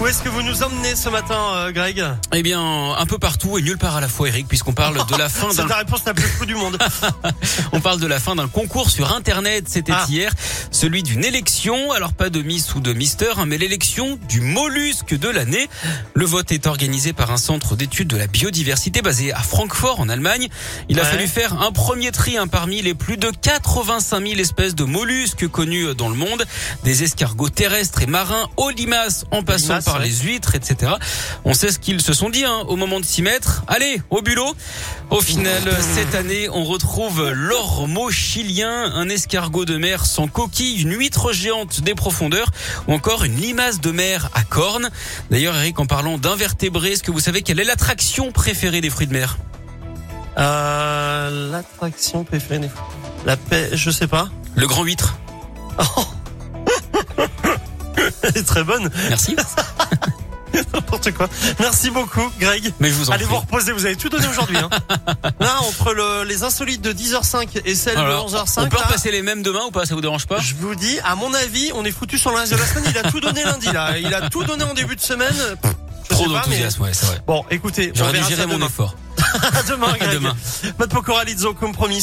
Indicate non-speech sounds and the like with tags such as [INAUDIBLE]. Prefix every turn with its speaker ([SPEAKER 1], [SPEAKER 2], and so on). [SPEAKER 1] Où est-ce que vous nous emmenez ce matin, euh, Greg
[SPEAKER 2] Eh bien, un peu partout et nulle part à la fois, Eric, puisqu'on parle
[SPEAKER 1] [LAUGHS]
[SPEAKER 2] de la fin
[SPEAKER 1] C'est
[SPEAKER 2] d'un,
[SPEAKER 1] la réponse la plus fou du
[SPEAKER 2] [LAUGHS]
[SPEAKER 1] monde.
[SPEAKER 2] on parle de la fin d'un concours sur Internet. C'était
[SPEAKER 1] Ah.
[SPEAKER 2] hier, celui d'une élection. Alors pas de Miss ou de Mister, hein, mais l'élection du mollusque de l'année. Le vote est organisé par un centre d'études de la biodiversité basé à Francfort, en Allemagne. Il a
[SPEAKER 1] Ouais.
[SPEAKER 2] fallu faire un premier tri hein, parmi les plus de 85 000 espèces de mollusques connues dans le monde, des escargots terrestres et marins aux limaces, en passant
[SPEAKER 1] Limaces,
[SPEAKER 2] par
[SPEAKER 1] ouais.
[SPEAKER 2] les huîtres, etc. On sait ce qu'ils se sont dit hein, au moment de s'y mettre. Allez, au bulot. Au final, cette année, on retrouve l'ormeau chilien, un escargot de mer sans coquille, une huître géante des profondeurs ou encore une limace de mer à cornes. D'ailleurs, Eric, en parlant d'invertébrés, est-ce que vous savez quelle est l'attraction préférée des fruits de mer
[SPEAKER 1] Euh, L'attraction préférée des La paix, je sais pas. [LAUGHS]
[SPEAKER 2] Le grand huître.
[SPEAKER 1] Elle est très bonne, [LAUGHS]
[SPEAKER 2] Merci.
[SPEAKER 1] n'importe quoi. Merci beaucoup, Greg.
[SPEAKER 2] Mais je vous en
[SPEAKER 1] Allez
[SPEAKER 2] prie.
[SPEAKER 1] vous reposer, vous avez tout donné aujourd'hui.
[SPEAKER 2] [LAUGHS]
[SPEAKER 1] Hein. Là, entre le- les insolites de 10h05 et celle
[SPEAKER 2] Alors,
[SPEAKER 1] de 11h05,
[SPEAKER 2] on peut
[SPEAKER 1] là,
[SPEAKER 2] repasser les mêmes demain ou pas Ça vous dérange pas
[SPEAKER 1] je vous dis, à mon avis, on est foutu sur le reste de la semaine. Il a tout donné lundi, là. Il a tout donné en début de semaine. Pff, je sais pas,
[SPEAKER 2] Trop
[SPEAKER 1] mais-
[SPEAKER 2] d'enthousiasme, ouais, c'est vrai.
[SPEAKER 1] Bon, écoutez, on
[SPEAKER 2] J'aurais dû
[SPEAKER 1] verra ça
[SPEAKER 2] gérer mon
[SPEAKER 1] demain.
[SPEAKER 2] [LAUGHS] effort.
[SPEAKER 1] [LAUGHS] À demain, Greg.
[SPEAKER 2] demain.
[SPEAKER 1] Matt Pokora, Lizzo, compromis.